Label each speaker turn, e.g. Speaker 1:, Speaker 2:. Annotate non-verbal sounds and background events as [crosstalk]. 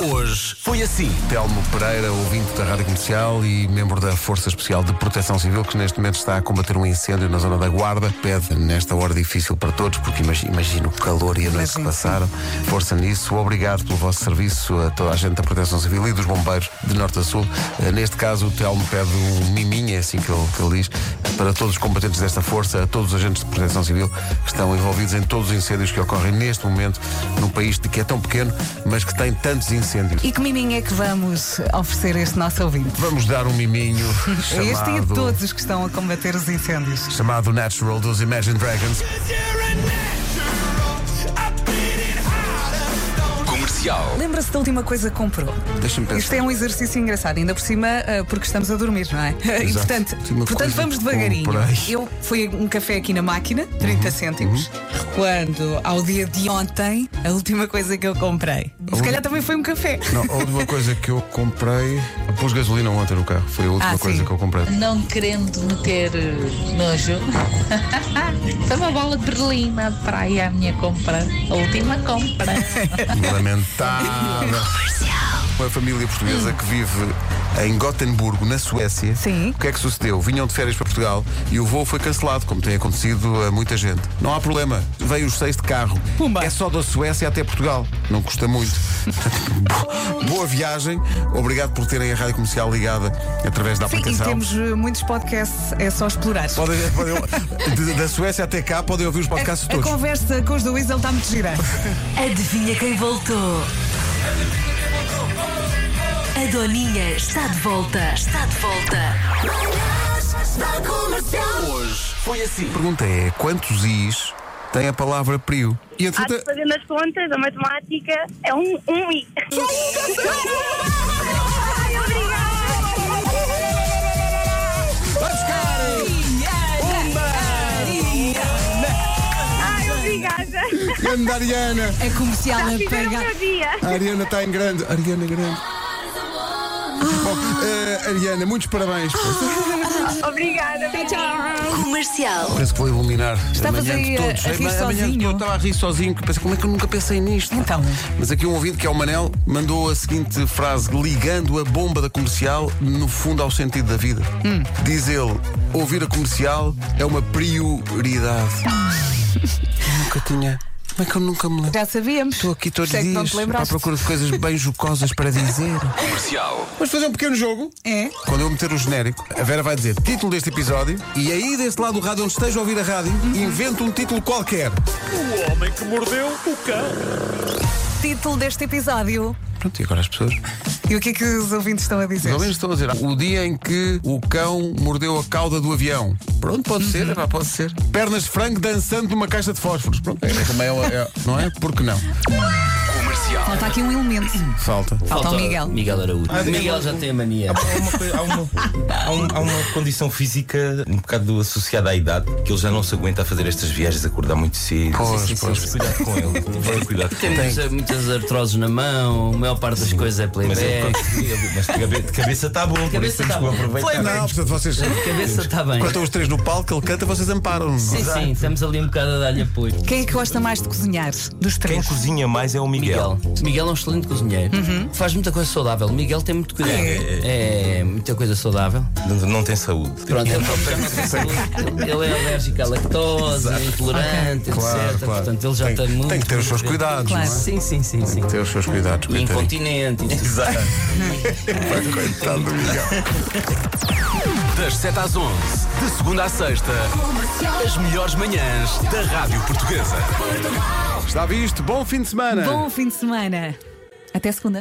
Speaker 1: Hoje foi assim. Telmo Pereira, ouvinte da Rádio Comercial e membro da Força Especial de Proteção Civil, que neste momento está a combater um incêndio na zona da Guarda, pede nesta hora difícil para todos, porque imagi- imagino o calor e a noite que
Speaker 2: Imagino,
Speaker 1: passaram. Força nisso. Obrigado pelo vosso serviço a toda a gente da Proteção Civil e dos bombeiros de Norte a Sul. Eh, Neste caso, o Telmo pede um miminho, é assim que ele, que ele diz, para todos os combatentes desta força, a todos os agentes de Proteção Civil que estão envolvidos em todos os incêndios que ocorrem neste momento num país de que é tão pequeno, mas que tem tantos incêndios.
Speaker 2: E que miminho é que vamos oferecer a este nosso ouvinte?
Speaker 1: Vamos dar um
Speaker 2: [laughs]
Speaker 1: miminho
Speaker 2: A É este e a
Speaker 1: chamado,
Speaker 2: todos os que estão a combater os incêndios.
Speaker 1: chamado Natural dos Imagine Dragons.
Speaker 3: Comercial.
Speaker 2: Lembra-se da última coisa que comprou?
Speaker 1: Deixa-me pensar.
Speaker 2: Isto é um exercício engraçado, ainda por cima ah, porque estamos a dormir, não é? [laughs] E
Speaker 1: Exato.
Speaker 2: portanto,
Speaker 1: Sim, uma
Speaker 2: portanto
Speaker 1: coisa
Speaker 2: vamos
Speaker 1: que
Speaker 2: devagarinho.
Speaker 1: comprei. Uhum,
Speaker 2: Eu fui a um café aqui na máquina, 30 cêntimos, quando ao dia de ontem, a última coisa que eu comprei. Se calhar também foi um café. [laughs]
Speaker 1: Não, a última coisa que eu comprei. Pus gasolina ontem no carro. Foi a última
Speaker 2: Ah,
Speaker 1: coisa
Speaker 2: sim.
Speaker 1: que eu comprei.
Speaker 4: não querendo meter eh, nojo, [laughs] foi uma bola de berlim na praia a minha compra, a última compra.
Speaker 1: Lamentável. Uma família portuguesa que vive em Gotemburgo, na Suécia.
Speaker 2: Sim.
Speaker 1: O que é que sucedeu? Vinham de férias para Portugal e o voo foi cancelado, como tem acontecido a muita gente. Não há problema, veio os seis de carro.
Speaker 2: Pumba.
Speaker 1: É só da Suécia até Portugal. Não custa
Speaker 2: [laughs]
Speaker 1: muito. Bo- Boa viagem. Obrigado por terem a rádio comercial ligada através da
Speaker 2: Sim, e
Speaker 1: aplicação.
Speaker 2: temos eh, muitos podcasts, é só explorar.
Speaker 1: Podem, podem- de- da Suécia até cá podem ouvir os podcasts
Speaker 2: a
Speaker 1: todos.
Speaker 2: conversa com os dois, ele está
Speaker 1: [laughs]
Speaker 2: muito gira.
Speaker 5: Adivinha quem voltou? A Doninha está de volta, está de volta.
Speaker 1: A pergunta é: quantos is tem a palavra prio? E
Speaker 6: Há
Speaker 1: entretanto,
Speaker 6: de fazer nas contas, a matemática é um, um i.
Speaker 1: vai buscar!
Speaker 6: Ai, obrigada.
Speaker 1: Grande Ariana!
Speaker 2: A comercial
Speaker 6: Já
Speaker 2: a
Speaker 6: fizeram o
Speaker 2: pagar.
Speaker 6: meu dia.
Speaker 1: A Ariana está em grande. Ariana grande. Bom, eh, Ariana, muitos parabéns.
Speaker 6: Obrigada.
Speaker 5: Comercial.
Speaker 1: Penso que vou iluminar
Speaker 2: Estavas
Speaker 1: amanhã de
Speaker 2: aí a-
Speaker 1: todos. É,
Speaker 2: a rir
Speaker 1: Amanhã de
Speaker 2: sozinho.
Speaker 1: todos. Eu estava a rir sozinho, que pensei, como é que eu nunca pensei nisto?
Speaker 2: Então.
Speaker 1: Mas aqui um ouvinte, que é o Manel, mandou a seguinte frase, ligando a bomba da comercial, no fundo, ao sentido da vida.
Speaker 2: Hum.
Speaker 1: Diz ele, ouvir a comercial é uma
Speaker 2: [laughs]
Speaker 1: prioridade. nunca tinha... Como é que eu nunca me lembro?
Speaker 2: Já sabíamos.
Speaker 1: Estou aqui todos
Speaker 2: Por isso
Speaker 1: os
Speaker 2: é que não
Speaker 1: dias
Speaker 2: te
Speaker 1: à
Speaker 2: lembraste.
Speaker 1: procura de coisas bem jocosas para dizer.
Speaker 3: Comercial.
Speaker 1: Vamos fazer um pequeno jogo.
Speaker 2: É?
Speaker 1: Quando eu meter o genérico, a Vera vai dizer título deste episódio e aí desse lado do rádio onde esteja a ouvir a rádio, inventa um título qualquer.
Speaker 2: Título deste episódio.
Speaker 1: Pronto, e agora as pessoas?
Speaker 2: E o que é que os ouvintes estão a dizer?
Speaker 1: Pelo menos estão a dizer "Ah, o dia em que o cão mordeu a cauda do avião. Pronto, pode ser,
Speaker 2: Uhum.
Speaker 1: epá, pode ser. Pernas de frango dançando numa caixa de fósforos. Pronto, é, também é, é- não é? Por que não?
Speaker 3: Comercial.
Speaker 2: Falta aqui um elemento.
Speaker 1: Falta. um
Speaker 2: Falta o Então, Miguel.
Speaker 7: Araújo.
Speaker 1: Ah,
Speaker 7: Miguel já tem a mania.
Speaker 8: Há uma, coi- há uma- há um- há uma condição física um bocado associada à idade que ele já não se aguenta a fazer estas viagens, acordar muito cedo.
Speaker 1: Pois, pois.
Speaker 8: Cuidado com ele.
Speaker 7: [laughs]
Speaker 8: Vai cuidado com
Speaker 7: Tem
Speaker 8: ele.
Speaker 7: muitas, eh, muitas artroses na mão, a maior parte das coisas é
Speaker 8: Mas, ele,
Speaker 7: playback.
Speaker 8: mas de cabe- de cabeça está bom, por isso
Speaker 7: Cabeça
Speaker 8: temos
Speaker 7: tá
Speaker 8: que o
Speaker 7: bom.
Speaker 8: aproveitar.
Speaker 1: Não, portanto, vocês.
Speaker 7: A [laughs] cabeça está bem.
Speaker 1: Quando estão os três no palco, ele canta, vocês amparam.
Speaker 7: Sim, sim, estamos ali um bocado a dar-lhe apoio.
Speaker 2: Quem é que gosta mais de cozinhar? Dos
Speaker 8: Quem
Speaker 2: três.
Speaker 8: cozinha mais é o Miguel.
Speaker 7: Miguel. Miguel é um excelente cozinheiro. Faz muita coisa saudável. Miguel tem muito cuidado. É, muita coisa saudável.
Speaker 8: Não- Não tem saúde.
Speaker 7: Pronto,
Speaker 1: [laughs]
Speaker 7: ele, é ele é alérgico à lactose, é intolerante,
Speaker 1: Claro,
Speaker 7: etc.
Speaker 1: claro.
Speaker 7: Portanto, ele já
Speaker 1: tem,
Speaker 7: tem, muito.
Speaker 1: tem que ter os seus cuidados,
Speaker 2: Claro.
Speaker 1: não é?
Speaker 7: Sim, sim, sim, sim.
Speaker 1: Ter os seus cuidados.
Speaker 7: E
Speaker 1: coitadinho. [laughs]
Speaker 7: incontinente.
Speaker 8: Exato.
Speaker 3: Das 7 às 11, de segunda à sexta, as melhores manhãs da Rádio Portuguesa.
Speaker 1: Está visto. Bom fim de semana.
Speaker 2: Bom fim de semana. Até segunda.